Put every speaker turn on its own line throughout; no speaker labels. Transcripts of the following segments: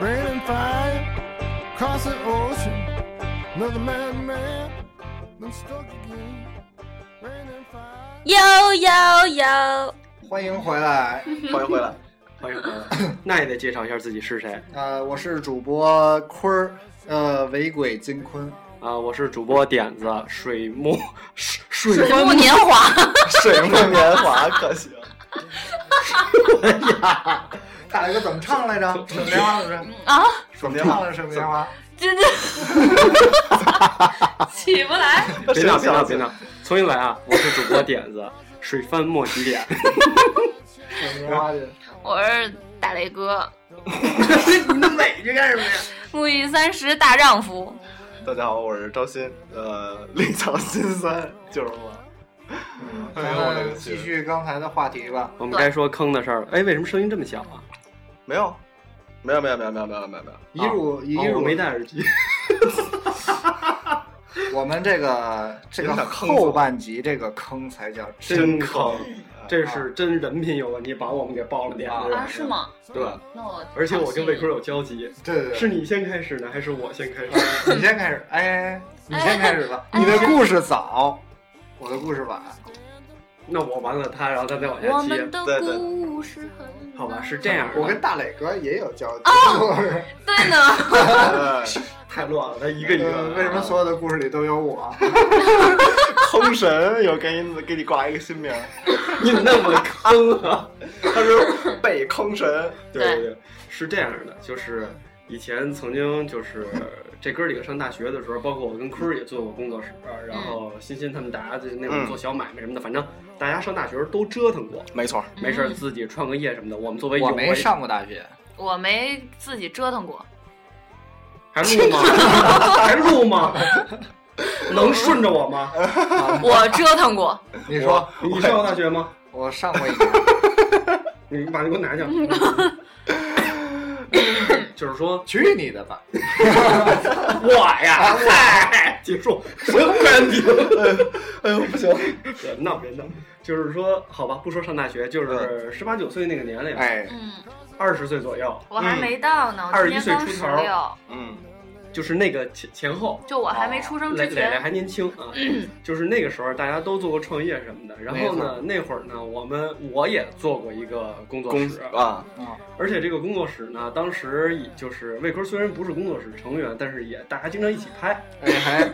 Rain and fire, across the ocean. Another man, man, I'm stuck again. Rain and fire.
有有有，
欢迎回来，
欢迎回来，欢迎回来。那也得介绍一下自己是谁
呃，我是主播坤儿，呃，尾鬼金坤，
啊！我是主播点子水木水水
水木年华，
水木年华，可行。
大雷哥怎么唱来着？什么年华怎么着？
啊，
怎么唱来着？什么年华？
真 的起不来。
别闹别闹别闹，重新来啊！我是主播点子，水翻莫吉 点。
什么年华去？
我是大雷 哥，
你那美去干什么呀？
沐浴三十大丈夫。
大家好，我是招新，呃，另藏新三， 就是我。哎
咱
呦我勒
们
个
继
去！
续刚才的话题吧。
我们该说坑的事儿了。哎，为什么声音这么小啊？
没有，没有，没有，没有，没有，没有，没有，没 有。
一入一
哦我
入，
没戴耳机。
我们这个这个
有点坑死
后半集这个坑才叫
真
坑
坑，这是真人品有问题，把我们给爆了点
啊
子。
啊，是吗？
对，
那我
而且我跟魏坤有交集，
对对对，
啊是你先开始呢，还是我先开始？
你先开始，哎，你先开始吧。
哎
你的故事早，我的故事晚。
那我完了他，然后他再往
我
下
们
接。
的
对对
故事很
好吧，是这样的。啊
我跟大磊哥也有交集，
哦
嗯
对呢，
哎
太乱了，他一个一
呃
个。
为什么所有的故事里都有 我？
坑神又给你给你挂一个新名儿，
你那么坑啊？
他是被坑神。
对对对，是这样的，就是以前曾经就是这哥几个上大学的时候，包括我跟坤儿也做过工作室，呃然后欣欣他们大家就是那种
嗯
做小买卖什么的，反正大家上大学都折腾过，
没错，
没事儿自己创个业什么的。我们作为
我
有
没
为
上过大学，
我没自己折腾过。
还录吗？还录吗？能顺着我吗？
我折腾过，
你说
你上过大学吗？
我上过一年，
你把那给我拿下。就是说
去你的 吧！
我呀，嗨，哎结束， 什么难题？
哎呦不行，
别闹别闹，就是说，好吧，不说上大学，
嗯
就是十八九岁那个年龄，
哎，
嗯，
二十岁左右，
我还没到呢，我今
21
年
岁
刚
出
十
头
六，
嗯，
就是那个前前后，
就我还没出生
磊
之
磊磊
前，嗯
还年轻啊，就是那个时候大家都做过创业什么的，然后呢，那会儿呢，我们我也做过一个工作
公
室，
啊，
嗯
而且这个工作室呢，当时以就是魏坤虽然不是工作室成员，但是也大家经常一起拍，
哎还，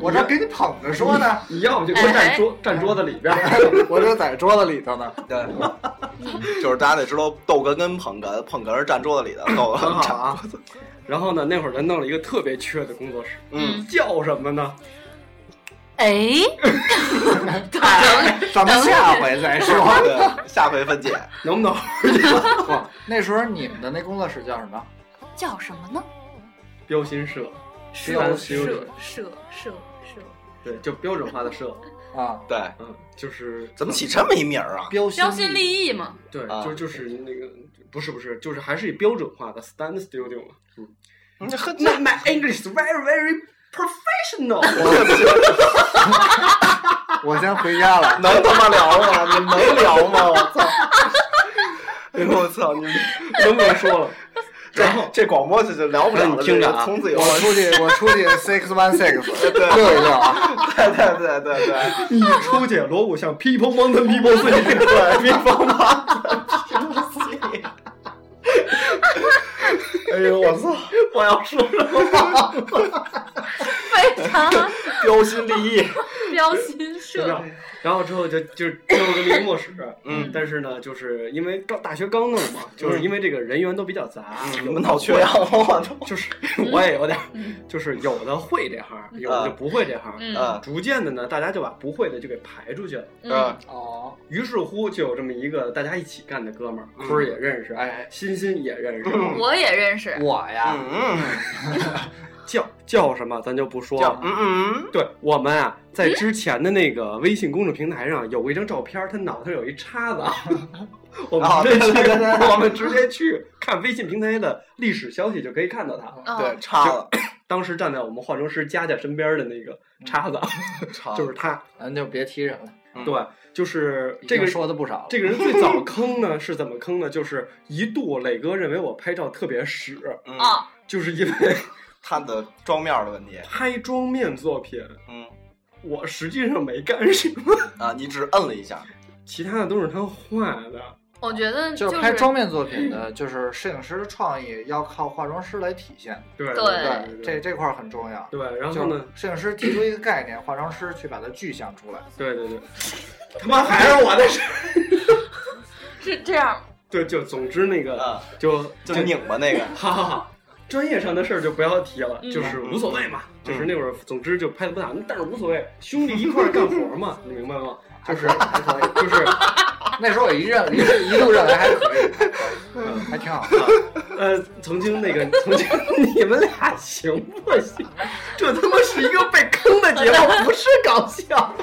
我这给你捧着说呢，
你要不就给我
哎
站桌站桌子里边儿，
我这在桌子里头呢。
对，嗯就是大家得知道豆哏跟捧哏，捧哏是站桌子 里的，豆
很
哏
好啊。然后呢，那会儿咱弄了一个特别缺的工作室，
嗯，
叫什么呢？
哎，
咱们下回再说。
对，下回分解。
能不能？
不，那时候你们的那工作室叫什么？
叫什么呢？
标新社，
是
标
是
新
射射射射，
对，就标准化的社，
啊，
对，
嗯，就是
怎么起这么一名儿啊？
标
标新立异嘛，
对，
啊
就就是那个不是不是，就是还是以标准化的 stand studio 嘛。嗯
你喝
那 my English is very very professional，
我先回家了。
能他妈聊吗？ 你能聊吗？我 操！哎呦我操！你们
能不能说了？然后
这广播就就聊不了了，
你听着啊
这个从此以后
我，出去，我出去 six one six
对
溜一溜啊！
对对对对对，
你出去锣鼓巷 people mountain people city，对 people mountain，
哎呦我操！
我要说什么？
非常
标新立异，
标新社，
学长，然后之后就就进入这么一个末世，
嗯
但是呢，就是因为刚大学刚弄嘛，就是因为这个人员都比较杂，
你们脑缺氧，我操！
就是我也有点，
嗯
就是有的会这行，有的就不会这行，
嗯
啊，
逐渐的呢，大家就把不会的就给排出去了。
嗯，
哦，于是乎就有这么一个大家一起干的哥们儿，坤儿也认识，哎，欣欣也认识，
嗯
我也认识。
我呀，
嗯
叫叫什么咱就不说
叫
了。
嗯
对我们啊，在之前的那个微信公众平台上有过一张照片，他脑袋有一叉 子，啊我们
哦
直接
对对对对
去，
对
我们直接去看微信平台的历史消息就可以看到他。
嗯，对，
哦，
差了，
当时站在我们化妆师佳佳身边的那个叉子，啊
操
就是他。
咱就别提人了，
嗯
对，就是
已
这个
经说的不少了。
这个人最早坑呢是怎么坑呢？就是一度磊哥认为我拍照特别屎，
嗯，
啊，
就是因为
他的妆面的问题，
拍妆面作品，
嗯
我实际上没干什么，
啊，你只摁了一下，
其他的都是他画的。
我觉得
就是拍妆面作品的，就是摄影师的创意要靠化妆师来体现，
对
对
对，这
对
这块儿很重要。
对，然后
就
呢
是？摄影师提出一个概念，化妆师去把它具象出来。
对对对，他
啊
妈还是我的事。
是这样。
对，就总之那个
啊，
就
就拧巴那个，
好好好，专业上的事儿就不要提了，
嗯
就是无所谓嘛，就是那会儿，总之就拍的不咋，但是无所谓，兄弟一块儿干活嘛，你明白吗？就是
啊
就是
那时候我一认一一度认为还可以，
嗯
还挺好。
呃，曾经那个 曾经你们俩行不行？这他妈是一个被坑的节目，不是搞笑。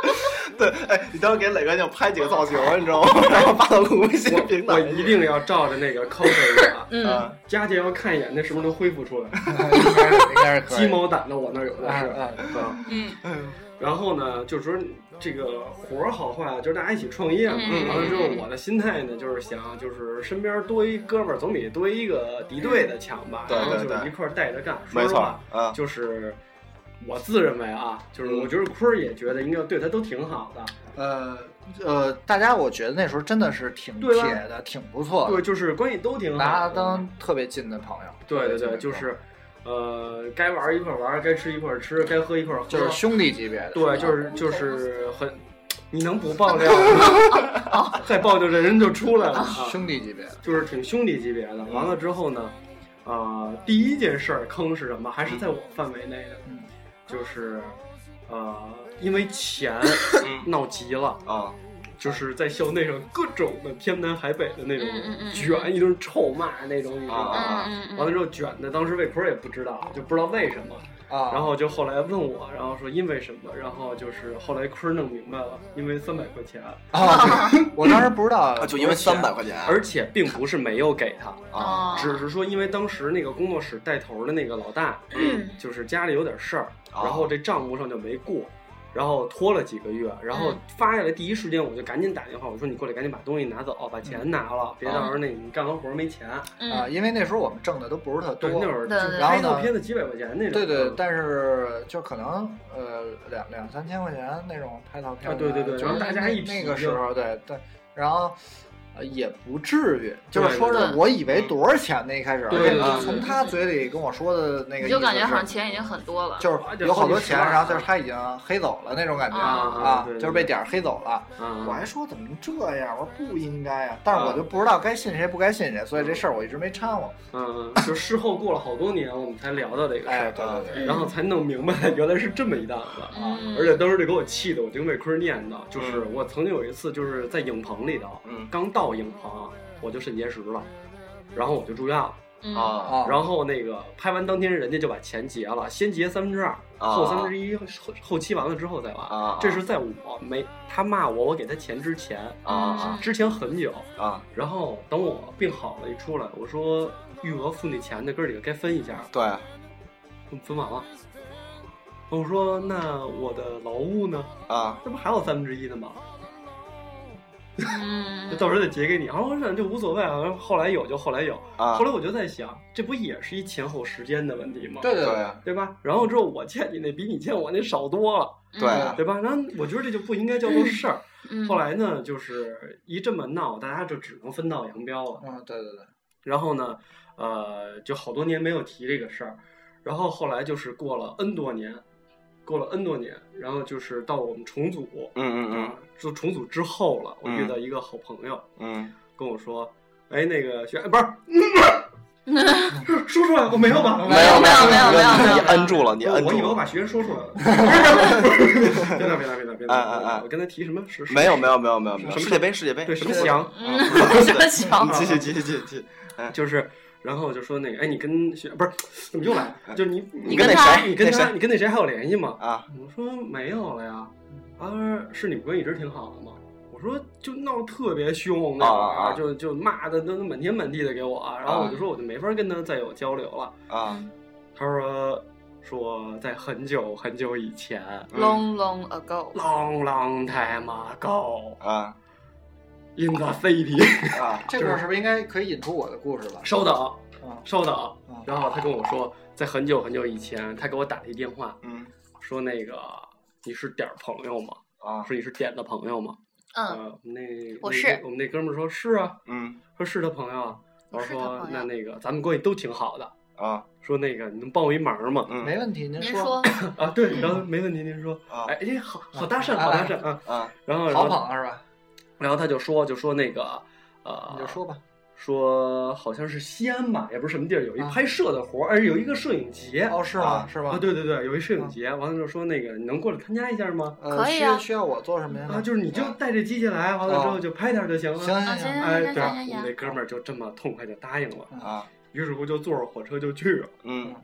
对，哎，你当时给磊哥就拍几个造型，你知道吗？ 然后发到微信平
我我
台，
一定要照着那个 cos 啊，
嗯，
啊，
佳姐要看一眼，那是不是能恢复出来？
应该是应该是可以。
鸡毛掸子我那儿有的
哎，
是。啊
哎对
嗯
然后呢，就是说这个活儿好坏，啊就是大家一起创业嘛。
嗯
完了之后，我的心态呢，就是想，就是身边多一哥们儿，总比多一个敌对的强吧。
对
然后
对
就是
对
一块儿带着干。说
没
实
错
话，
儿，啊，
就是我自认为啊，就是
嗯
我觉得坤儿也觉得应该对他都挺好的。
呃呃，大家我觉得那时候真的是挺
对
铁
吧
的，挺不错
对，
的，
就是关系都挺好。
哦
嗯
拿他当特别近的朋友。
对对对，就是呃，该玩儿一块儿玩儿，该吃一块儿吃，该喝一块儿喝。
就是兄弟级别的。
对，就是就是很，你能不爆料吗？ 再爆就这人就出来了啊，
兄弟级别的。
就是挺兄弟级别的。完了之后呢，啊，第一件事儿坑是什么？还是在我范围内的
嗯，
就是呃，因 为钱
嗯
闹急了。
啊，
就是在校内上各种的天南海北的那种
嗯嗯嗯嗯
卷，一顿臭骂那种，你知道吗？
啊
嗯嗯
完
嗯，
了之后卷的，当时魏坤也不知道，就不知道为什么。
啊，
然后就后来问我，然后说因为什么，然后就是后来坤儿弄明白了，因为三百块钱，
啊，对我当时不知道，
啊
啊
就因为三百块钱，
而且并不是没有给他，
啊，
哦
只是说因为当时那个工作室带头的那个老大，
嗯
就是家里有点事儿，
哦
然后这账目上就没过。然后拖了几个月，然
嗯
后发下来第一时间我就赶紧打电话，我说你过来赶紧把东西拿走，把钱拿了，别
哦
到时候那你干完活没钱。
啊，
嗯
因为那时候我们挣的都不是特
对，那会
多。
儿
对
就
对
拍
然后
照
呢
片的几百块钱那种。嗯
对对，但是就可能呃两两三千块钱那种拍套票
啊对对对
就是
然后大家一
那
起
那个时
就
候对对，然后呃也不至于，
对
就是说
对
是
对
我以为多少钱呢一开始，
对对对
而且
对对
从他嘴里跟我说的那个
你
意思
就是感觉好像钱已经很多了。
就是有好多钱，
好几十万
然后就是他已经黑走了那种感觉
啊
啊对对
就是被点儿黑走了。
啊
我还说怎么能这样？我说不应该啊，但是我就不知道该信谁不该信谁，所以这事儿我一直没掺和。
嗯，就事后过了好多年，我们才聊到这个事
哎，
儿，
对对对，
啊然后才弄明白原来是这么一档子。
嗯，
而且当时这给我气的，我就跟魏坤念叨，就是我曾经有一次就是在影棚里头，
嗯
刚到影棚啊我就肾结石了，然后我就住院了，
嗯
啊
啊，
然后那个拍完当天人家就把钱结了，先结三分之二，
啊
后三分之一，后后期完了之后再完，
啊，
这是在我没他骂我，我给他钱之前，
嗯
啊
之前很久，
啊，
然后等我病好了一出来，我说余额付那钱的哥儿几个该分一下，
对，
分完了。我说那我的劳务呢？
啊，
这不还有三分之一的吗？
嗯
就到时候再结给你。然后我想这无所谓啊，后来有就后来有。
啊
后来我就在想，这不也是一前后时间的问题吗？
对对
对
对，
啊
对吧？然后之后我欠你那比你欠我那少多了，
对啊
对吧？然后我觉得这就不应该叫做事儿。
嗯
后来呢，就是一这么闹，大家就只能分道扬镳了。
嗯，对对对，
然后呢，呃，就好多年没有提这个事儿。然后后来就是过了 N 多年，过了 N 多年，然后就是到我们重组，
嗯
啊
嗯，
就重组之后了，我
嗯
遇到一个好朋友
嗯
跟我说，哎，那个学，哎，不是。说出来，我没有吧？
嗯，
没有没有没有没有没有
你摁住了，你摁
我以为
住
我
了
把，学生说出 来了。别打别打别打别
哎哎
打！
哎
我跟他提什么？是是
没有没有没有没有没
什
有，
么
世界杯世界杯，
对什么
世界杯啊
翔？
嗯，
对
什么小
你继续继续继续继续，
就是，然后就说那个，哎，你跟学不是怎么又来？就是你
啊你
你
跟
跟那
他
谁，
你跟
那
他
谁
你跟那谁还有联系吗？
啊？
我说没有了呀。他说是你们关系一直挺好的吗？我说就闹得特别凶那会
啊啊
儿，
啊
就就骂的都满天满地的给我，然后我就
啊
说我就没法跟他再有交流了。
啊
他说说在很久很久以前
，long long ago，
，long long time ago
啊
in the city，
啊！
这块儿是不是应该可以引出我的故事了？
稍等
啊
稍等
嗯，
然后他跟我说在很久很久以前，他给我打了一电话，
嗯
说那个你是点儿朋友吗？
啊
说你是点的朋友吗？
嗯，
呃，我们那
我
那
是
我们那哥们儿说是啊，
嗯
说是他朋友啊。
我
然后
是他
说
朋
那
友。
那个咱们关系都挺好的，
啊
说那个你能帮我一忙吗？
嗯
没问题，您
您说，
啊，对，然后没问题，您说，
啊
哎哎，好好搭讪，好搭讪啊。
啊
然后然
好
后
捧是吧？
然后他就说就说那个呃，
你就说吧。
说好像是西安吧，也不是什么地儿，有一
啊
拍摄的活儿，而且有一个摄影节。
哦，是
啊
吗？是嗯
啊，
吗？
对对对，有一摄影节，完了就说那个你能过来参加一下吗？
呃
可以
需
啊
需要我做什么呀？
啊，就是你就带着机器来，完了之后就拍点儿就行了。
嗯哦行行
啊，行
行，
行
哎，
行
对，
行
我们那
行
哥们儿就这么痛快就答应了，
啊
于是乎就坐着火车就去了。
嗯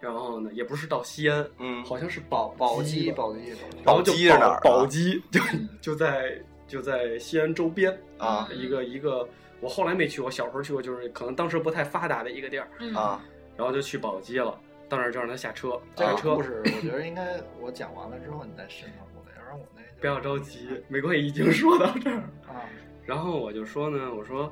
然后呢，也不是到西安，
嗯
好像是宝
宝
鸡
鸡，
吧，
宝鸡，宝鸡
然后就
宝鸡是哪儿啊
宝鸡就就在就在西安周边
啊
一个一个，我后来没去过，小时候去过，就是可能当时不太发达的一个地儿，
嗯，
啊
然后就去宝鸡了。到那儿就让他下车，
这
下
个
车
哦啊故事，我觉得应该我讲完了之后你再深入我的，要不然我那就
不要着急，没关系，已经 说到这儿了。
啊。
然后我就说呢，我说，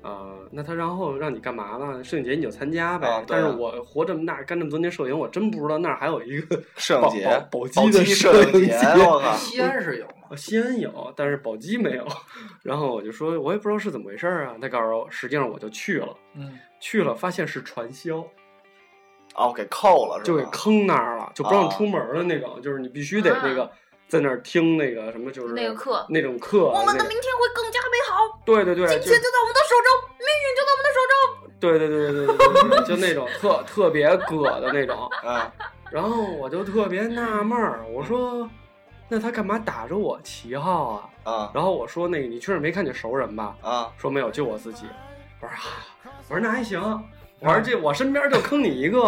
呃，那他然后让你干嘛呢？摄影节你就参加呗。
啊对
但
啊
是我活这么大，干这么多年摄影，我真不知道那儿还有一个
摄影
宝
节
宝宝
宝
鸡的
鸡摄影节，我靠！
哎西安是有吗？
呃西安有，但是宝鸡没有。 然后我就说，我也不知道是怎么回事儿啊。他告诉我，实际上我就去了，
嗯，
去了发现是传销，
哦，给扣了是
就
吧？
给坑那儿了，就不让
啊
出门儿的那种，就是你必须得那个在那儿听那个什么，就是
啊那个课
那种课，
我们
那
的
个
明天会更加美好，
对对对，
金
就
钱就在我们的手中，命运就在我们的手中。
对对对对对对对，就那种特特别葛的那种。
嗯
然后我就特别纳闷儿，我说，那他干嘛打着我旗号啊？
啊
然后我说那个你确实没看见熟人吧？
啊
说没有，就我自己。我说啊，我说那还行。我说这我身边就坑你一个，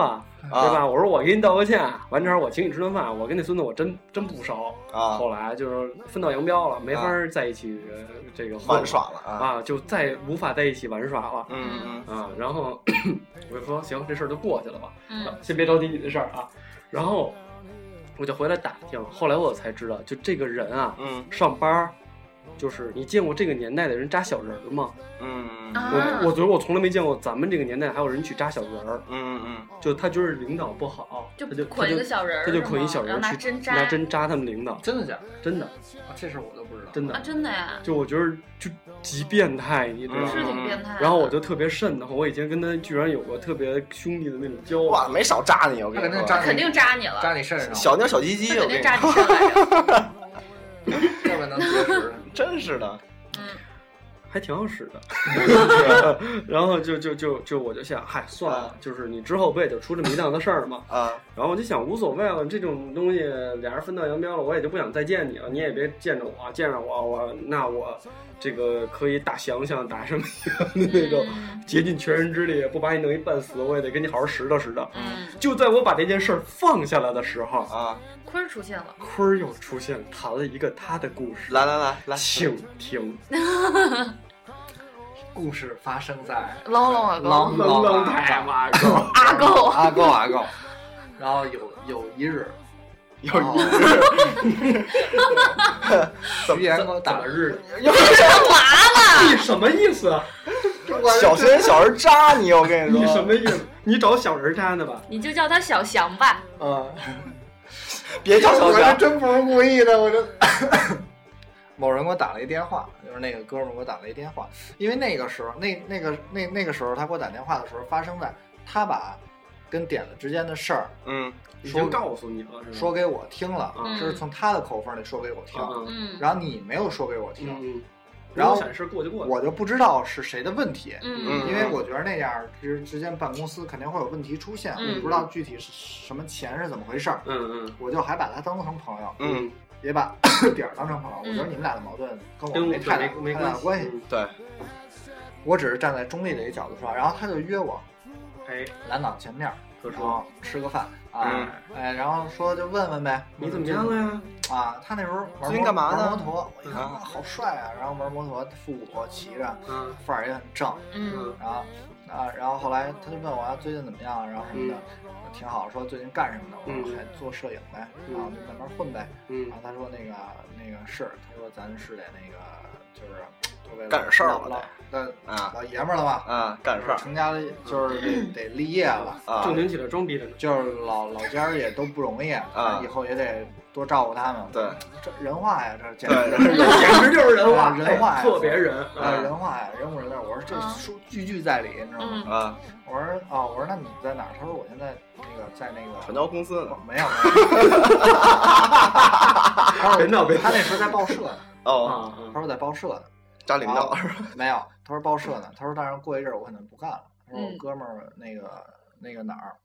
对吧？
啊
我说我给你道个歉，完这儿我请你吃顿饭。我跟那孙子我真真不熟，
啊
后！来就是分道扬镳了，没法儿在一起呃这个混
玩耍了啊！
啊，就再无法在一起玩耍了。
嗯
啊，然后 我就说行，这事儿就过去了吧，啊
嗯，
先别着急你的事儿啊。然后我就回来打听，后来我才知道，就这个人啊，
嗯
上班儿就是你见过这个年代的人扎小人儿吗？
嗯嗯
啊
我我觉得我从来没见过咱们这个年代还有人去扎小人儿，
嗯
就他觉得领导不好，他就
捆一个小人儿
他
是
就
吗，
捆一小人
然后
儿
拿
去
针扎，啊
拿针扎他们领导，
真的假的？
真的
啊这事儿我都不知道。
真
啊，
的，
真的呀，
就我觉得就极变态，你知道
是
吗？
挺变态的。
嗯然后我就特别瘆得慌，我以前跟他居然有过特别兄弟的那种交
嗯，
往
哇，。没少扎你，我
他肯
跟你
定
说，
扎
肯定扎你了，
扎你身上，
小妞小鸡
他
鸡，我
肯
跟
定
你
扎
说，
你身上了。
要不然能结识。
真是的
嗯，
还挺好使的，然后就就就就我就想，嗨，算了
啊，
就是你之后不也就出这么一档子事儿吗？
啊！
然后我就想无所谓了，这种东西俩人分道扬镳了，我也就不想再见你了，你也别见着我，啊见着我我那我这个可以打翔翔，打什么样的那种
嗯
竭尽全身之力，不把你弄一半死，我也得跟你好好拾掇拾掇。
嗯，
就在我把这件事儿放下来的时候，
啊，
坤儿出现了，
坤儿又出现谈了一个他的故事，
来来来来，
请听。
故事发生在
朗朗啊，
朗
冷冷太
太
妈狗，
阿狗，
阿狗阿狗，然后有有一日，
有
然后
一
徐岩给我打
打日子，
干嘛？
你什么意思啊？
小心人小人扎你，我跟
你
你
什
说，
么意思？ 你找小人扎的吧？
你就叫他小翔吧。
啊，
别叫小
我这
翔
真不是故意的，我这。 某人给我打了一电话，就是那个哥们儿给我打了一电话，因为那个时候，那那个那那个时候他给我打电话的时候，发生在他把跟点子之间的事儿
嗯
已
说
经告诉你了，是吧？
说给我听了，
嗯
这是从他的口风里说给我听，
啊，
嗯，
然后你没有说给我听，
嗯，
然后
没有闪失过就过了，
我就不知道是谁的问题，
嗯
因为我觉得那样之之间办公司肯定会有问题出现，
嗯
我不知道具体是什么钱是怎么回事儿，
嗯嗯
我就还把他当成朋友，
嗯，
也把 点儿当成朋友。我觉得你们俩的矛盾跟我
跟我
没太大
没没
太大的关系，
系，
对，
我只是站在中立的一个角度上，然后他就约我
嗯哎，
来到前面儿，
可
然
说
后吃个饭啊，
哎，
哎，然后说就问问呗，
你怎么样了呀？
啊，他那时候玩
最近
摩
干嘛呢
玩摩托，我一看哇，好帅啊！然后玩摩托，复古，骑着，
嗯
范儿也很正。
嗯
嗯
然后啊，然后后来他就问我啊最近怎么样，然后什么的，
嗯
我挺好，说最近干什么呢？我
嗯
说还做摄影呗，
嗯
然后就慢慢混呗。
嗯
然后他说那个那个是，他说咱是得那个就是就为了
干点事儿了
老老
啊
老爷们儿了嘛，
啊，干事儿
成家了就是 得得立业了。
啊
正，经起来装逼着 呢，
就是老老家儿也都不容易，以后也得多照顾他们。
啊对，
这人话呀，这简
对
直
对
简直就是人话，哎
啊人话呀
特别人，
啊，
嗯
人话呀，人五人六。我说这
嗯
书句句在理，你知道吗？
嗯
啊，
我说啊，我说那你在哪儿？他说我现在那个在那个
传销公司呢
哦没有。没有他说
别闹别闹
他那时候在报社呢，
哦，
啊
他
啊，
说在报社呢，
加领导
然后没有，他说报社呢，他说但是过一阵儿我可能不干了，他说我
嗯
哥们儿那个那个哪儿，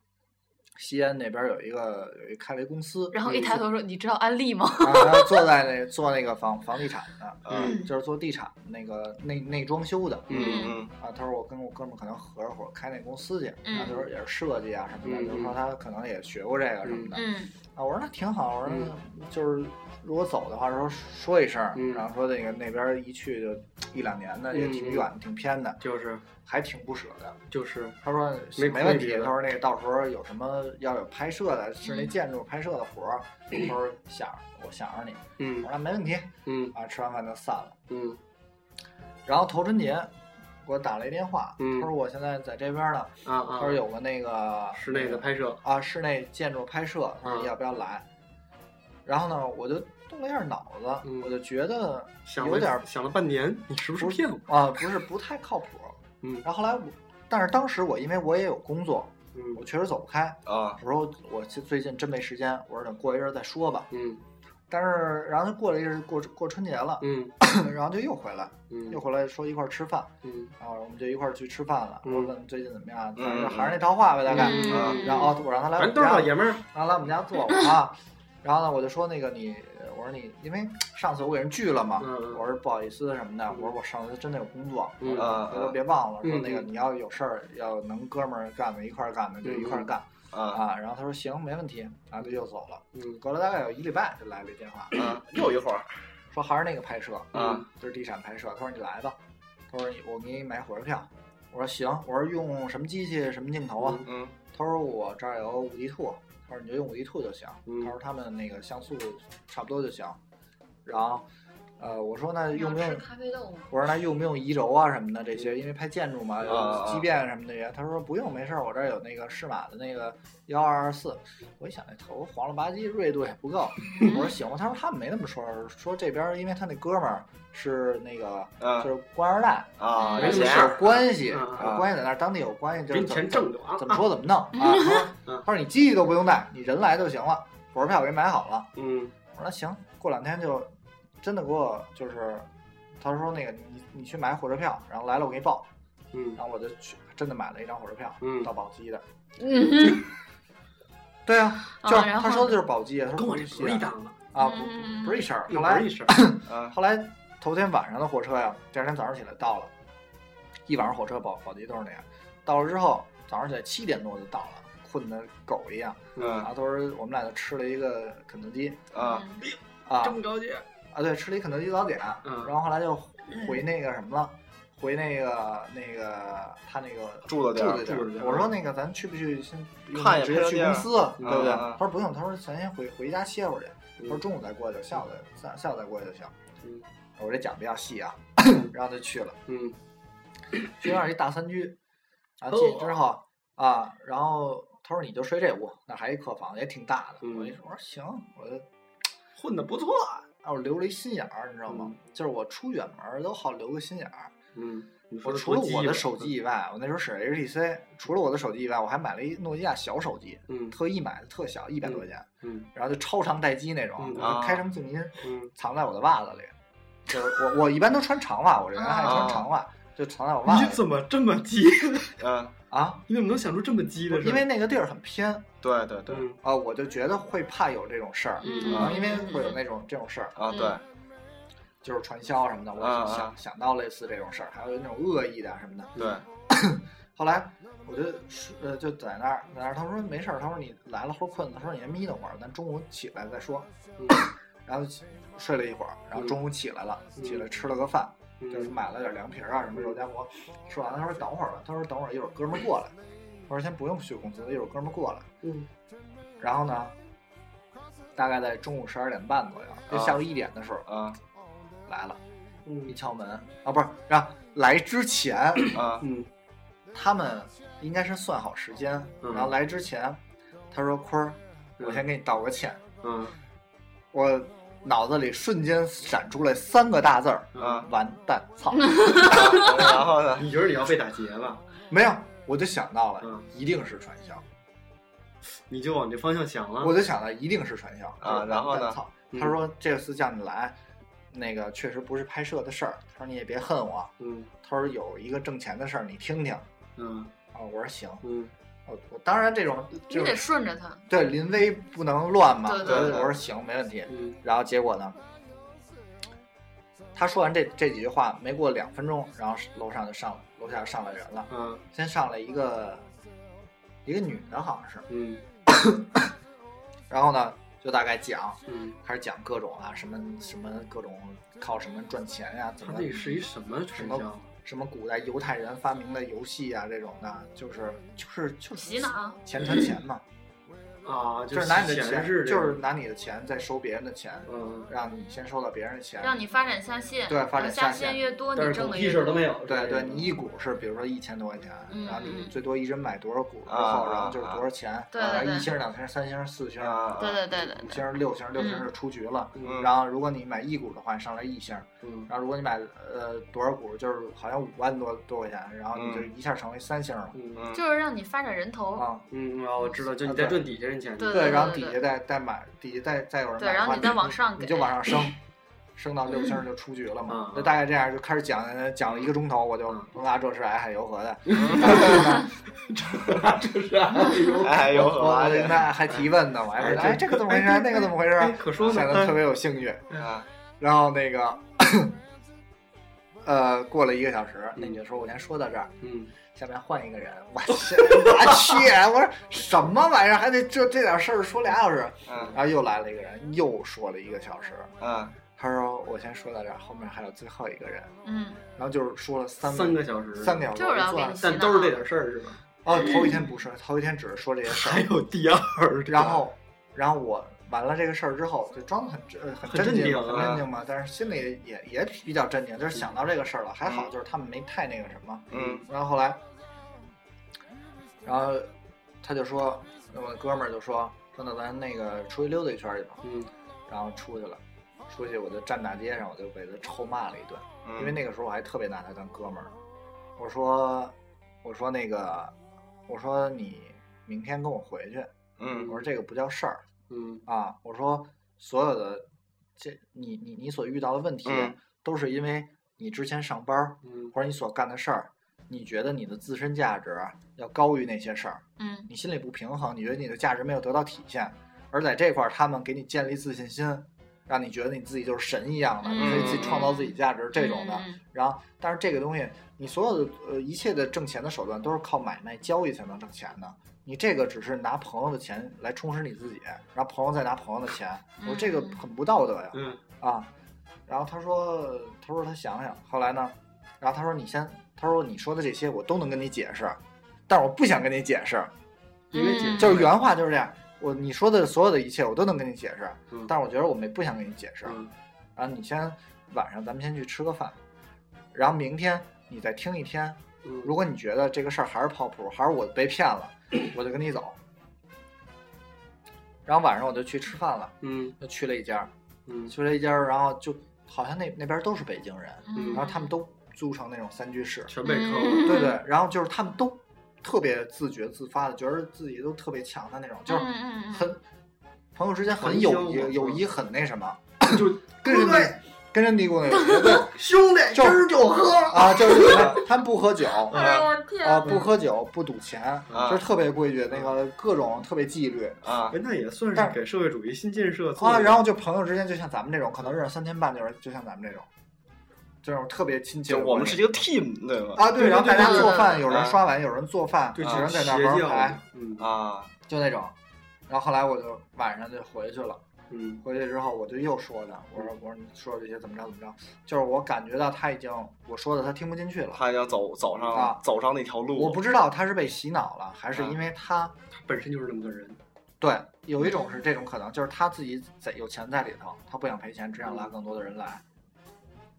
西安那边儿有一个有一开了一公司，
然后一抬头说：“你知道安利吗
然后他坐在那做那个房房地产的，
嗯
就是做地产那个内内装修的，
嗯
啊，他说我跟我哥们儿可能合着伙儿开那公司去，
嗯
啊，就是也是设计啊什么的，
嗯
就是说他可能也学过这个什么？”的。
嗯
啊，我说那挺好，我说那就是如果走的话，说说一声儿，
嗯
然后说那个那边儿一去就一两年的，也挺远的，挺偏的，
就是
还挺不舍的。
就是，
他说
没
没问
亏
题，
别的
他说那个到时候有什么要有拍摄的，是
嗯
那建筑拍摄的活儿，他说想我想着你，我
嗯
说那没问题
嗯
啊，吃完饭就散了。
嗯
然后头春节给我打了一电话，
嗯
他说我现在在这边呢，
啊
他
啊
说，有个那个
室内的拍摄，
啊室内建筑拍摄，他说
嗯
你要不要来？然后呢，我就动了一下脑子，
嗯
我就觉得
想
有点儿
了想了半年，你是不是骗我？
啊不是不太靠谱。
嗯
然后后来我，但是当时我因为我也有工作，
嗯
我确实走不开。
啊，
我说我最近真没时间，我说等过一阵儿再说吧。
嗯
但是然后就过了一阵儿，过过春节 了，
嗯
然后就又回来，
嗯
又回来说一块儿吃饭。
嗯
然后我们就一块儿去吃饭了，
嗯
我问最近怎么样，
嗯
反正还是那套话呗，大概。
嗯
然后哦我让他来我
咱
们
都是
家
老，爷们儿，
然后来我们家坐会儿啊。然后呢，我就说那个你，我说你，因为上次我给人拒了嘛，
嗯嗯
我说不好意思什么的，我说我上次真的有工作，呃
嗯
啊
我说回头别忘了，
嗯
说那个
嗯
你要有事儿要能哥们儿干的一块儿干的就一块儿干、
啊
啊。然后他说行，没问题，然后就又走了。
嗯
隔了大概有一礼拜就来了一电话，
啊，又一会儿
说还是那个拍摄，
嗯
啊，
就是地产拍摄。他说你来吧，他说你我给你买火车票。我说行，我说用什么机器什么镜头啊？
嗯
他说我这儿有五 D 兔，他说你就用五 D 兔就行。
嗯
他说他们那个像素差不多就行。然后，呃，我说那！”用不
嗯要吃
用？
咖啡豆吗？
我说那用不用移轴啊什么的这些？因为拍建筑嘛，有
啊
畸变什么的也。他说不用，没事儿，我这儿有那个适马的那个幺二二四。我一想，那头黄了吧唧，锐度也不 够。 我说行，他说他们没那么说，说这边儿因为他那哥们儿是那个
啊
就是官二代，
啊，
没
有
什么
钱
事
有
儿
关系，
嗯嗯
有关系在那儿，当地有关系，就
给
是
你
怎么
钱挣就完
怎么
了啊，
说怎 么弄啊。他说
嗯
他说你机器都不用带，你人来就行了，火车票我给你买好了。
嗯
我说行，过两天就真的给我就是，他说那个你你去买火车票，然后来了我给你报，
嗯
然后我就去真的买了一张火车票，
嗯
到宝鸡的。
嗯
对啊，
啊
就是、
然后
他说的就是宝鸡，他说
跟我
宝
这
鸡
嗯不是一
的
档了，
啊，
嗯
不不是一事儿。后
那不
来
是一事 儿，
啊
后来头天晚上的火车呀，第二天早上起来到了，一晚上火车保保级都是那样。到了之后，早上起来七点多就到了，困得狗一样。然
嗯
啊
后都是我们俩就吃了一个肯德基
嗯
啊，
啊
这么着急，
啊，对，吃了一肯德基早点。
嗯
然后后来就回那个什么了，回那个那个他那个
住的地儿
住的地
住的地
儿。
儿
我说那个咱去不去先用
看一眼
直
拍
接
张
去
照
公
片
司啊，对不对？
嗯嗯嗯
他说不用，他说咱先回回家歇会儿去。他说
嗯
中午再过去，下午再下下午再过去就行。
嗯，
我这讲比较细啊，然后就去了，
嗯
去那儿一大三居，然后进去之后啊，然后他说你就睡这屋，那还一客房也挺大的。
嗯
我一说我说行，我就
混的不错，
哦啊我留了一心眼儿，你知道吗？就是我出远门儿都好留个心眼儿。
嗯你说
我
的
除了
多嗯
我
鸡
的
巴
手机，以外，我那时候使 HTC，除了我的手机以外，我还买了一诺基亚小手机，
嗯
特意买的，特小，一百多块钱，
嗯
然后就超长待机那种，
嗯
我
啊
就开什么静音
嗯
藏在我的袜子里。就是我我一般都穿长袜，我这人爱穿长袜，就藏在我袜
你
子里
怎么这么鸡？
嗯，
啊，
你怎么能想出这么鸡的事儿？
因为那个地儿很偏
对对对，
嗯
啊，我就觉得会怕有这种事儿，
嗯
啊因为会有那种这种事儿，
啊对，
就是传销什么的，我
啊
就
啊
想、想到类似这种事儿，还有那种恶意的什么的。
对，
后来我就呃就在那儿在那儿，他说没事儿，他说你来了会儿困了，他说你先眯瞪会儿，咱中午起来再说。
嗯
然后睡了一会儿，然后中午起来了，起来吃了个饭，就是
嗯
买了点凉皮儿啊什么肉夹馍，吃完了他说等会儿吧，他说等会儿一会儿哥们儿过来，我说先不用去公司，一会儿哥们儿过来。
嗯
然后呢，大概在中午十二点半左右，就下午一点的时候、
啊
来了，一
嗯
敲门啊，不是，然后来之前
啊
嗯
他们应该是算好时间，
嗯
然后来之前，他说坤儿，
嗯
我先给你道个歉，
嗯
我脑子里瞬间闪出来三个大字儿，
啊，
完蛋， 操，
然后呢？
嗯你觉得你要被打劫了，
没有。我就想到了，
嗯
一定是传销，
你就往这方向想了。
我就想到一定是传销
啊然后
就是完
呢？
蛋操
嗯
他说这次叫你来，那个确实不是拍摄的事儿，他说你也别恨我，
嗯
他说有一个挣钱的事儿，你听听
嗯
啊。我说行，
嗯
我我当然这种
你
就是
得顺着他，
对临危不能乱嘛。
对对
我说
对
我说行，没问题。
嗯
然后结果呢，他说完这这几句话，没过两分钟，然后楼上就上楼下上来人了，
啊
先上来一个一个女的，好像是，
嗯
然后呢就大概讲，
嗯，
开始讲各种啊什么什么各种靠什么赚钱呀、怎
他
么
这是一什么传
什
销
么？什么古代犹太人发明的游戏啊这种的，就是就是就是
洗脑。
钱传钱嘛，
啊，
就是是拿你的
钱
钱，
是这
就是
种
拿你的钱再收别人的钱，
嗯，
让你先收到别人的钱，
让你发展下线，
对发展下
下
线
越多，你
但是
挣
狗
的
屁
越
事儿
多
都。没有。
对对，
是吧
你一股是比如说一千多块钱，
嗯
然后你
嗯
最多一人买多少股之
啊
后，
啊
然后就是多少钱，
对
然后
对
一星、两星、三星、四星、
啊，
对对对对
五
对，
星、六星、六星
嗯
是出局了。
嗯
然后如果你买一股的话，上来一星；
嗯
然后如果你买呃多少股，就是好像五万多多块钱，然后你就
嗯
一下成为三星了
嗯
嗯
就是让你发展人头，
啊。
嗯，啊，我知道，就你再赚底下人
哦
钱。
对
对，然后
对
底
对
下再再买，底下再再有人
对
买的
然后
话，
你再往上
你
给
就往上升， 升到六星就出局了嘛
嗯。
那大概这样就开始讲讲了一个钟头，我就
嗯
甭拉这是爱海游河的。
这是啊哎呦
哎呦，
我我现在还提问呢，我还问，
哎
哎，这个怎么回事？那个怎么回
哎嗯
事？
可说呢
显得特别有兴趣。
啊
然后那个，呃，过了一个小时，
嗯
那女的说：“我先说到这儿，
嗯，
下面换一个人。”我去，我去，我说什么玩意儿？还得这这点事儿说俩小时？
嗯
然后又来了一个人，又说了一个小时。
嗯
他说：“我先说到这儿，后面还有最后一个人。
嗯，”
然后就是说了三
三个小时，
三个小时，
就是要
我坐那
给
儿
你洗嗯脑，
但都是这点事儿是吧？
哦，头一天不是，头一天只是说这些事儿。
有第二
然后，然后我完了这个事儿之后，就装的很镇呃很
很
镇
镇
定，
定
很
啊
镇定嘛，但是心里也也比较镇定，就是想到这个事儿了，还好
嗯
就是他们没太那个什么。
嗯
然后后来，然后他就说，我的哥们儿就说，说那咱那个出去溜达一圈儿去吧，
嗯
然后出去了。出去我就站大街上，我就给他臭骂了一顿，
嗯，
因为那个时候我还特别拿他当哥们儿。我说，我说那个，我说你明天跟我回去，我
嗯
说这个不叫事儿，
嗯
啊，我说所有的这你你你所遇到的问题，
嗯
都是因为你之前上班儿
嗯
或者你所干的事儿，你觉得你的自身价值啊要高于那些事儿，
嗯
你心里不平衡，你觉得你的价值没有得到体现，而在这块儿他们给你建立自信心，让你觉得你自己就是神一样的，你可以自己创造自己价值这种的。
嗯
然后，但是这个东西，你所有的呃一切的挣钱的手段都是靠买卖交易才能挣钱的。你这个只是拿朋友的钱来充实你自己，然后朋友再拿朋友的钱，我说这个很不道德呀
嗯
啊。然后他说，他说他想想，后来呢，然后他说你先，他说你说的这些我都能跟你解释，但是我不想跟你解释，
嗯
因为解
就是原话就是这样。我你说的所有的一切我都能跟你解释，
嗯
但是我觉得我没不想跟你解释。
嗯
然后你先晚上咱们先去吃个饭，然后明天你再听一天。
嗯
如果你觉得这个事儿还是靠谱，还是我被骗了，我就跟你走。然后晚上我就去吃饭了，
嗯
就去了一家，
嗯
去了一家，然后就好像那那边都是北京人，
嗯，
然后他们都租成那种三居室，
全被坑了。
嗯
对对，然后就是他们都特别自觉自发的，觉得自己都特别强的那种，就是
嗯嗯嗯，
很朋友之间很
很
友
相
谊，
互
友谊很那什么，
就
跟人
对
家跟人嘀咕 那种，对
兄弟，
就
今儿就喝。
啊，就是什么他们不喝酒。
哎呦我天，
啊，不喝酒，不赌钱，
啊
就是特别规矩，那个各种特别纪律
啊
哎，那也算
但
是给社会主义新建设做
啊。
了
然后就朋友之间，就像咱们这种，可能认识三天半就是，就像咱们这种，这种特别亲切
就
的关系。
我们是一个 team 对吗？
啊，对，
对
然后大
对
家
对
做饭，
对
有人
啊
刷碗，有人做饭，
对
有
这
啊
种
人在
邪
那玩哎
教
牌，，
嗯
啊，
就那种。然后后来我就晚上就回去了，
嗯，
回去之后我就又说他，我说我说你说这些怎么着怎么着，就是我感觉到他已经我说的他听不进去了，
他要走走上、
啊
走上那条路，
我不知道他是被洗脑了，还是
啊
因为他
他本身就是那么个人。
对有一种是这种可能，就是他自己在有钱在里头，他不想赔钱，只想拉更多的人来，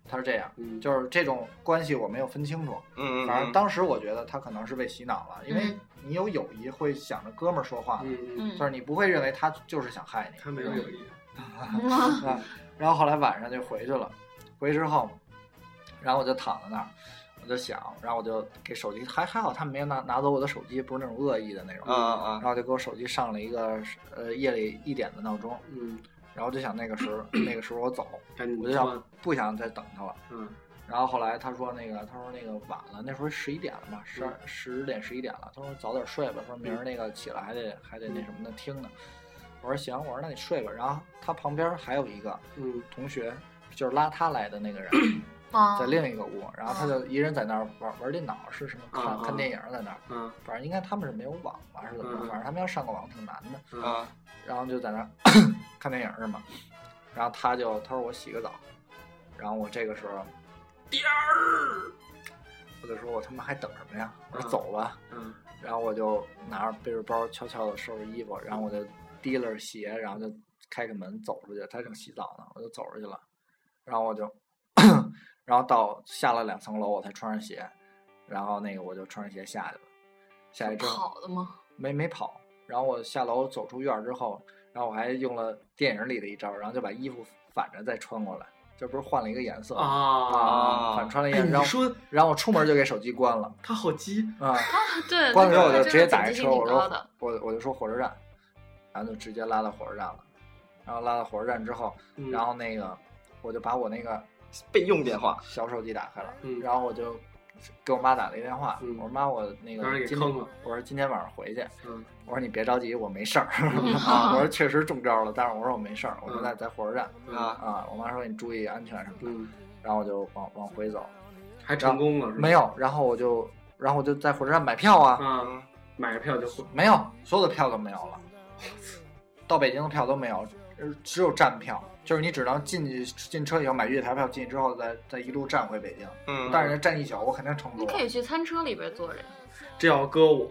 他是这样，
嗯，
就是这种关系我没有分清楚，
嗯，嗯
反正
嗯，
当时我觉得他可能是被洗脑了，因为
嗯
你有友谊会想着哥们儿说话，
嗯嗯，
嗯
就是你不会认为他就是想害你。
他没有友谊。
嗯
啊，然后后来晚上就回去了，回去之后，然后我就躺在那儿，我就想，然后我就给手机，还还好他没有拿拿走我的手机，不是那种恶意的那种，
啊啊
然
啊，
后就给我手机上了一个呃夜里一点的闹钟，
嗯，
然后就想那个 时候那个时候我走，
赶紧
我就
穿
想。不想再等他了。
嗯
然后后来他说那个，他说那个晚了，那时候十一点了吧，十二十点十一点了。他说早点睡吧，说明儿那个起来还得还得那什么的听呢。我说行，我说那你睡吧。然后他旁边还有一个
嗯
同学，就是拉他来的那个人，
啊
在另一个屋，然后他就一人在那儿玩玩电脑，是什么看
啊
看电影在那儿。
啊
反正应该他们是没有网吧，是怎么着？
嗯
反正他们要上个网挺难的。
啊
啊
然后就在那儿 看电影是吗？然后他就他说我洗个澡，然后我这个时候，颠儿，我就说我他妈还等什么呀？我说
嗯
走吧。
嗯
然后我就拿着背着包，悄悄的收拾衣服，然后我就提了鞋，然后就开个门走出去。他正洗澡呢，我就走出去了。然后我就， 然后到下了两层楼，我才穿上鞋，然后那个我就穿上鞋下去了。下去之后，
跑的 吗？
没没跑。然后我下楼走出院儿之后，然后我还用了电影里的一招，然后就把衣服反着再穿过来，这不是换了一个颜色吗
啊！
啊，反穿了一
哎，
颜色，然
你
后
说
然后我出门就给手机关了
他好鸡，
啊，
对，
关了之
那
后我
个
就
真
直接
的
打
警
一
惕
车，
挺高
我说
的
我我就说火车站，然后就直接拉到火车站了，然后拉到火车站之后，
嗯
然后那个我就把我那个
备用电话，
小手机打开了，
嗯
然后我就给我妈打了一电话，
嗯
我说妈，我那
让人
个
给
今天
坑了
我说今天晚上回去，
嗯
我说你别着急，我没事儿，
啊
我说确实中招了，但是我说我没事儿，我说在在火车站
啊
啊，我妈说你注意安全什么的，
嗯，
然后我就往往回走，
还成功了是吧？
没有，然后我就然后我就在火车站买票啊，
啊，买了票就回。
没有，所有的票都没有了，到北京的票都没有，呃只有站票，就是你只能进去进车以后买月台票，进去之后再再一路站回北京。
嗯，
但是人站一宿，我肯定撑不
你
住
可。以去餐车里边坐着，
这要搁我，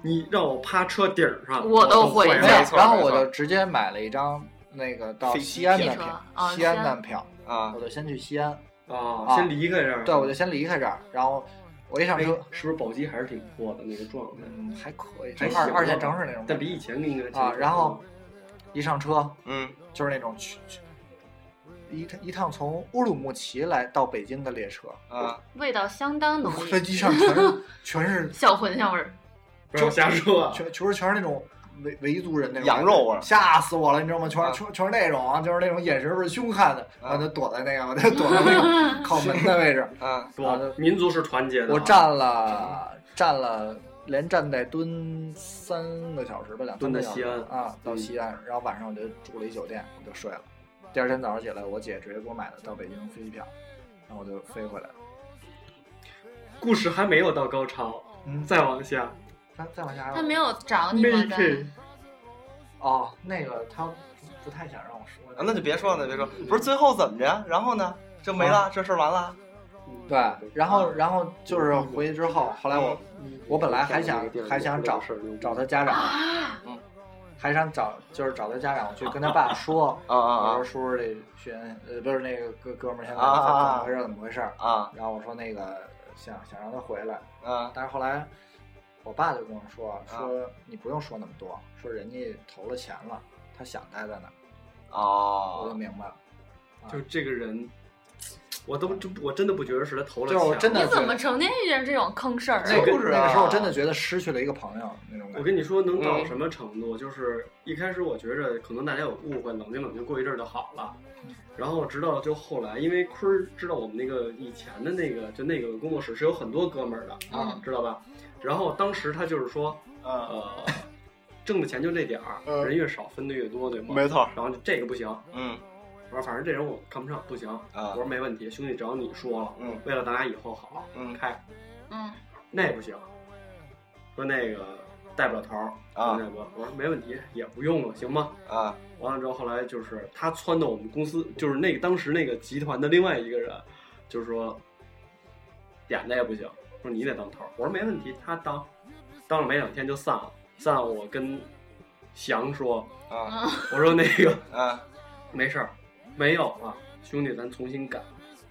你让我趴车顶上，
我都
会啊
会。
没
没
有，
错
然后
没
我
错
就直接买了一张那个到
飞机
西安的
汽车
票，
啊
西安
西安
的票，
啊
我就先去西安。
啊，先离开这儿。嗯
对，我就先离开这儿，然后我一上
哎
车，
是不是宝鸡还是挺破的那个状态？
嗯，还可以，
还
就二
行
二线城市那种
但
感
比
觉
以前应该
啊。然后一上车
嗯
就是那种去去一趟一趟从乌鲁木齐来到北京的列 车，
啊，
味道相当浓
飞
郁，
机上全是全是
小茴香味儿。
不要瞎说啊，
全全是全是那种维维族人那种
羊肉味儿
吓死我了，你知道吗？全
啊
是全全是那种啊，啊就是那种眼神是凶悍的，然后就躲在那个，我就躲在那 个靠门的位置，
啊
多民族是团结的啊。
呃我站了站了，连站带蹲三个小时吧，两三
蹲
个
到
小时
西安
啊，到
嗯
西安，然后晚上我就住了一酒店，我就睡了。第二天早上起来，我姐直接给我买的到北京飞机票，然后我就飞回来了。
故事还没有到高潮，
嗯，
再往下
再再往下，
他没有找你吗？在
，naked
哦，那个他不不太想让我说
啊，那就别说了，别说，不是最后怎么着？然后呢，就没了，这事儿完了。
对，然后然后就是回去之后，后来
嗯
我我本来还想还想找找他家长，
啊
嗯
还想找就是找他家长，我去跟他 爸说，
啊
我
啊
说叔叔这学呃不是那个哥哥们儿现在怎
啊啊啊
么回事儿怎么回事儿，
啊
然后我说那个想想让他回来，
啊啊
但是后来我爸就跟我说说你不用说那么多，说人家投了钱了，他想待在那儿，我就
哦，
明白了。
就这个人我都真我真的不觉得是他投了
就是我
枪
真的
你怎么成天遇见这种坑事儿啊？
那个
不是啊
那个时候我真的觉得失去了一个朋友那种感
我
觉。
跟你说，能到
嗯
什么程度？就是一开始我觉着可能大家有误会，冷静冷静，过一阵儿就好了。
嗯
然后直到就后来，因为坤儿知道我们那个以前的那个就那个工作室是有很多哥们儿的，啊
嗯
知道吧？然后当时他就是说，
嗯，
呃，挣的钱就那点儿，
嗯
人越少分的越多，对吗？
没错，
然后就这个不行，
嗯
我说反正这人我看不上，不行。我
啊
说没问题，兄弟，只要你说了，
嗯
为了咱俩以后好，
嗯
开
嗯，
那不行，说那个带不了头儿
啊
那个我说没问题，也不用了，行吗？
啊
完了之后，后来就是他撺掇我们公司，就是那个当时那个集团的另外一个人，就是说点的也不行，说你得当头儿。我说没问题，他当，当了没两天就散了，散了我跟翔说，
啊
我说那个
啊
没事儿，没有了，兄弟，咱重新改，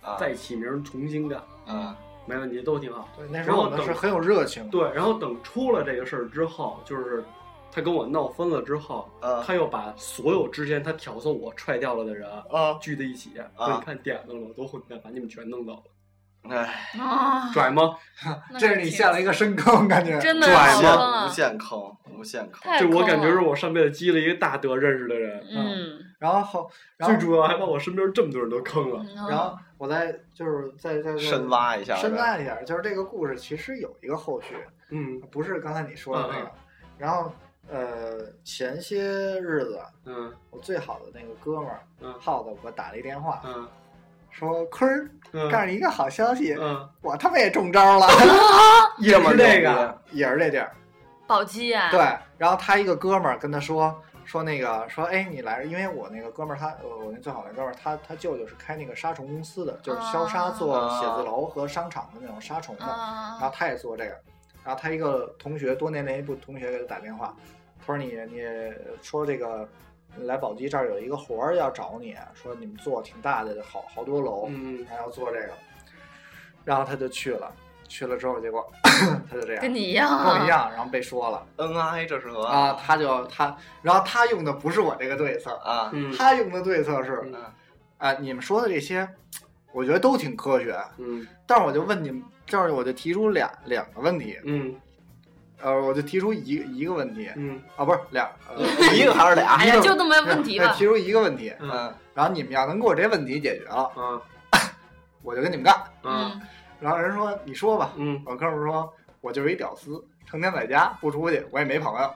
啊！
再起名儿重新改，
啊
没问题，都挺好。
对，那时候我们是很有热情。
对，然后等出了这个事儿之后，就是他跟我闹翻了之后，
啊
他又把所有之前他挑唆我踹掉了的人
啊！
聚在一起，
啊
说你看点子了，我多混蛋，把你们全弄走了，
哎，
啊，
拽吗？
那
这是你
挺
下了一个深坑，感觉。
真的
拽
好坑
吗？无
啊！
限坑，无限坑。
太
就我
坑
感觉
了
是我上辈子积了一个大德认识的人，
嗯，
然后后，然
最
后，
主要还把我身边这么多人都坑了。
然
哦
后我再就是再再再
深挖一下呗，
深挖一下，就是这个故事其实有一个后续，
嗯
不是刚才你说的那
嗯
个。然后呃，前些日子
嗯
我最好的那个哥们儿
嗯
耗子给我打了一电话，
嗯
说坤儿，
嗯
告诉你一个好消息，
嗯，
我他妈也中招了，
也
么
是这
牛逼
个，
也是这地儿。
宝鸡啊，
对，然后他一个哥们儿跟他说说那个说，哎，你来，因为我那个哥们儿他，呃，我那最好的哥们儿，他他舅舅是开那个杀虫公司的，就是消杀做
哦
啊
写字楼和商场的那种杀虫的，然
啊
后他也做这个，然后他一个同学多年联系不同学给他打电话，他说你你说这个。来宝鸡这儿有一个活儿要找你，说你们做挺大的，好好多楼，
嗯
还要做这个，然后他就去了，去了之后结果 他就这样，
跟你一样，
跟我一，样，然后被说了，
N I 这是和
啊，他就他，然后他用的不是我这个对策，
啊
嗯
他用的对策是，
嗯
啊，你们说的这些，我觉得都挺科学，
嗯
但是我就问你们，这儿我就提出两两个问题，
嗯
呃，我就提出一个一个问题
嗯
啊，不是两，呃，
一个还是俩？
哎呀，就那么问题
对
吧
提，出一个问题，
嗯
嗯
然后你们要能给我这问题解决了，
啊
我就跟你们干。
啊
嗯，
然后人说你说吧，
嗯，
我哥们儿说我就是一屌丝，成天在家不出去，我也没朋友。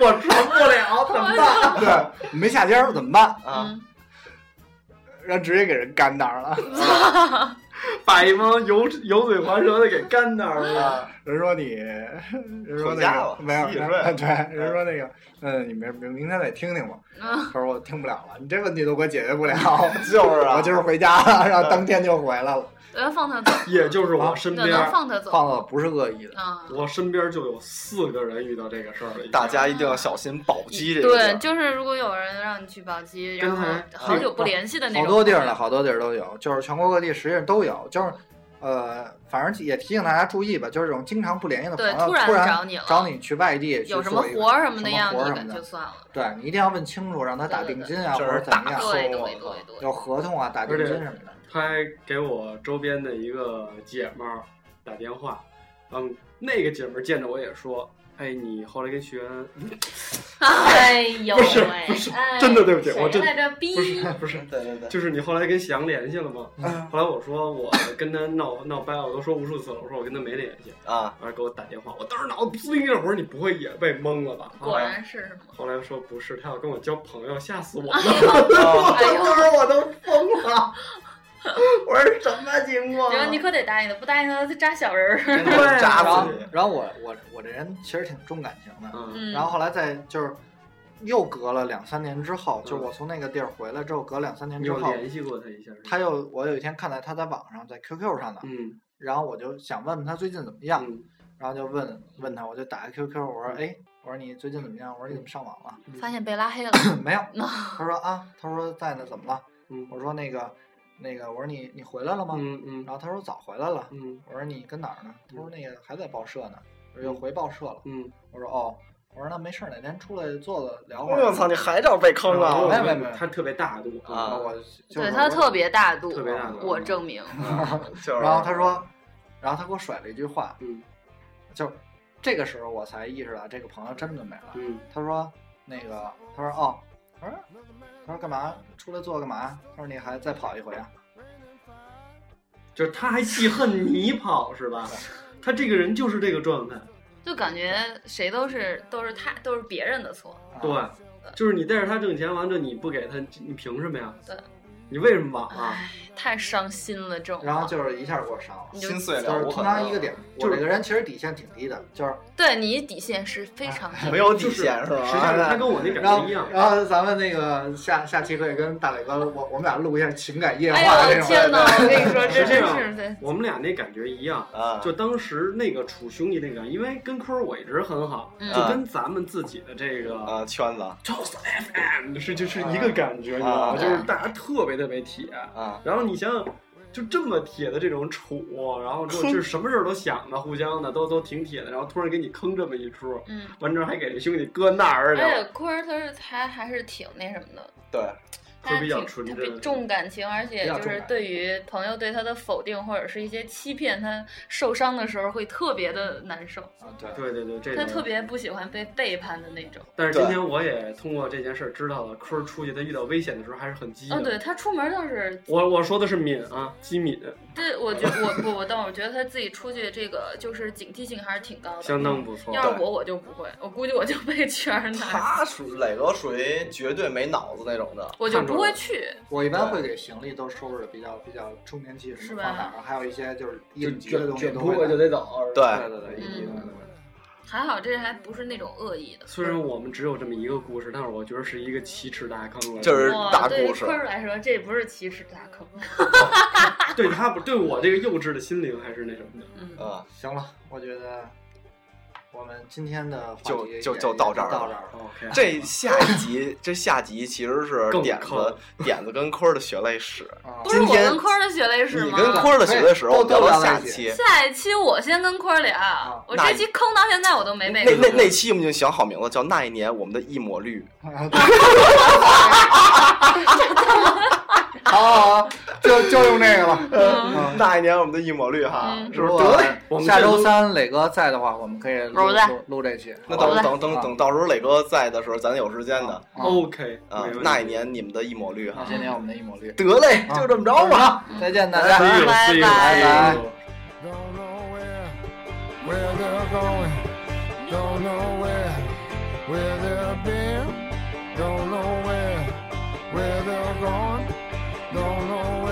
我传不了，怎么办？
对，没下家儿怎么办？
啊，
嗯
然后直接给人干那儿了。
把一帮油油嘴滑舌的给干那儿了。
人说你，人说
回家
那
吧
个没有
洗洗
人
睡
对，人说那个，嗯，你明明明天再听听吧。
嗯
他说我听不了了，你这问题都给我解决不了，
就是啊，
我就是回家了，然后当天就回来了。
我要呃放他走，
也就是我身
对，
边，
能放他走
胖子不是恶意的，
啊。
我身边就有四个人遇到这个事儿了。
大家一定要小心宝鸡这个地
对，
儿。
就是如果有人让你去宝鸡，
刚
然后
才
好久不联系的那
好
种，
多地儿呢，好多地儿都有，就是全国各地实际上都有，就是呃，反正也提醒大家注意吧，就是这种经常不联系的朋
对，
友，突
然
然
找你了，
找你去外地去
有什么
做一个
活儿什么的样
什么活
你
儿什
感
么
就
的，
算了。
对你一定要问清楚，让他打
对对
定金啊，
这
或
是
者怎么样，
对
馊了
对对对，
有合同啊，打定金什么的。
他还给我周边的一个姐们儿打电话，嗯，那个姐们儿见着我也说：“哎，你后来跟学员
哎呦
不是
喂，
不是
哎
真的对不起
谁
我真
来这逼
不是不是，
对对对，
就是你后来跟翔联系了吗？”
嗯
后来我说我跟他闹闹掰了，我都说无数次了，我说我跟他没联系，
啊，
然后给我打电话，我当时脑子滋一下，我说你不会也被蒙了吧？啊
果然 是什么？
后来说不是，他要跟我交朋友，吓死我了。
啊
哎呦，
我都疯了，我说什么情况啊
觉得你可得答应他，不答应他他扎小人儿。
真的
然
扎
后
死你，
然后我我我这人其实挺重感情的，
嗯
嗯，
然后后来再就是又隔了两三年之后，
嗯
就是我从那个地儿回来之后，隔两三年
你
之
有
后，
联系过他一下是吧？
他又我有一天看到他在网上在 QQ 上的，
嗯
然后我就想问问他最近怎么样，
嗯
然后就问问他，我就打开 QQ，我说哎，我说你最近怎么样？我说你怎么上网了？
嗯
发现被拉黑了，
没有，他说啊，他说在呢，怎么了？
嗯
我说那个那个，我说你你回来了吗？
嗯嗯
然后他说早回来了。
嗯
我说你跟哪儿呢？他说那个还在报社呢，我说又回报社了。
嗯
我说哦，我说那没事儿，哪天出来坐坐聊会儿。
哎我操，你还找被坑啊
然后
了？
没有没有没有
他特别大度
啊
然后我就是
对他特别大度，
特别大度
我证明。
就是，
然后他说，然后他给我甩了一句话，
嗯
就这个时候我才意识到这个朋友真的没了。
嗯
他说那个，他说哦，他说他说干嘛出来坐干嘛？他说你还再跑一回啊？
就是他还记恨你跑是吧？他这个人就是这个状态，
啊
就感觉谁都是都是他都是别人的错，
啊
对，就是你带着他挣钱，完了你不给他，你凭什么呀？
对，
你为什么啊晚 了？
太伤心了这种话。
然后就是一下给我伤了。
你就
心碎
就
了
是
无
通
痕。
常一个点，
就
我
是
这个人其实底线挺低的，就是
对你底线是非常
哎
低
没有底
就是
线是吧？
实际上他跟我那感
然
觉
后
一样，
然后咱们那个下下期可以跟大磊哥，我我们俩录一下情感夜
哎
话
呦
这
我
种
天哪！我跟你说，这
是这
真
样
是对，
我们俩那感觉一样。
啊，
就当时那个处兄弟那个，因为跟坤儿我一直很好，
嗯
啊
就跟咱们自己的这个
啊圈子
Toast FM 是就是一个感觉，你知道吗？
啊
就是大家特别特别铁。
啊，
然后你想想，就这么铁的这种处，然后就就是什么事儿都想的，互相的都都挺铁的，然后突然给你坑这么一出，
嗯。
完之后还给这兄弟搁那儿去
而且
了，
坤儿他是他还是挺那什么的，
对，
坤
他
儿比较
挺
纯
他
真
比重感情，而且
比较
就
重
是
感
对于朋友对他的否定或者是一些欺骗，他受伤的时候会特别的难受，
啊，对，
对对对，这
他
个
特别不喜欢被背叛的那种。
但是今天我也通过这件事儿知道了，坤儿出去他遇到危险的时候还是很机
哦，
灵。
对他出门倒是
我我说的是敏啊，机敏，
这我觉我不我，但我觉得他自己出去这个就是警惕性还是挺高的。
相当不错。
要是我我就不会，我估计我就被圈儿那，
他属磊哥属于绝对没脑子那种的，
我就不会去。
我一般会给行李都收拾的比较比较充电器什
是
么
吧
放哪儿，还有一些就是
就
应急的
卷
东西
卷
都
铺
会
了就
带。
得走。
对
对对对，应急的
嗯
东西都会带
还好这还不是那种恶意的。
虽然我们只有这么一个故事，但是我觉得是一个奇耻大坑了。
就是
哇，
大
对于
故事
坤。儿来说，这不是奇耻大坑。
对他不对我这个幼稚的心灵还是那什么的。
嗯，
嗯，
行了，我觉得我们今天的话题
就
也
就就
也
到这儿了
到这儿了。
OK，
这下一集，这下集其实是
更
点子
坑
点子跟坤儿的血泪史，
啊
不是我
今天
跟坤儿的血泪史
你
吗？
跟坤儿的血泪史，
对
我们
都
聊到
聊在
下
一起
期。
下一期我先跟坤儿聊
啊，
我
那
这期坑到现在我都没被
那那那期我们已经想好名字，叫《那一年我们的一抹绿》。
好好好，就就用这个了。
嗯那一年我们的一抹绿哈，
嗯
是
如
不
果
是？得嘞，我们
下周
这
三磊哥在的话，我们可以录
我在
录录这期。
那
好吧
等
好嘞
等等等，到时候磊哥在的时候，咱有时间的
啊
OK
啊
没问题。。
那一年你们的一抹绿哈，嗯
今天我们的一抹绿，
得嘞，
啊
就这么着吧。
再见大
拜
家。
拜
拜
拜拜。
Don't know where, where they're going. Don't know where, where they've been. Don't know where, where they're going. Don't know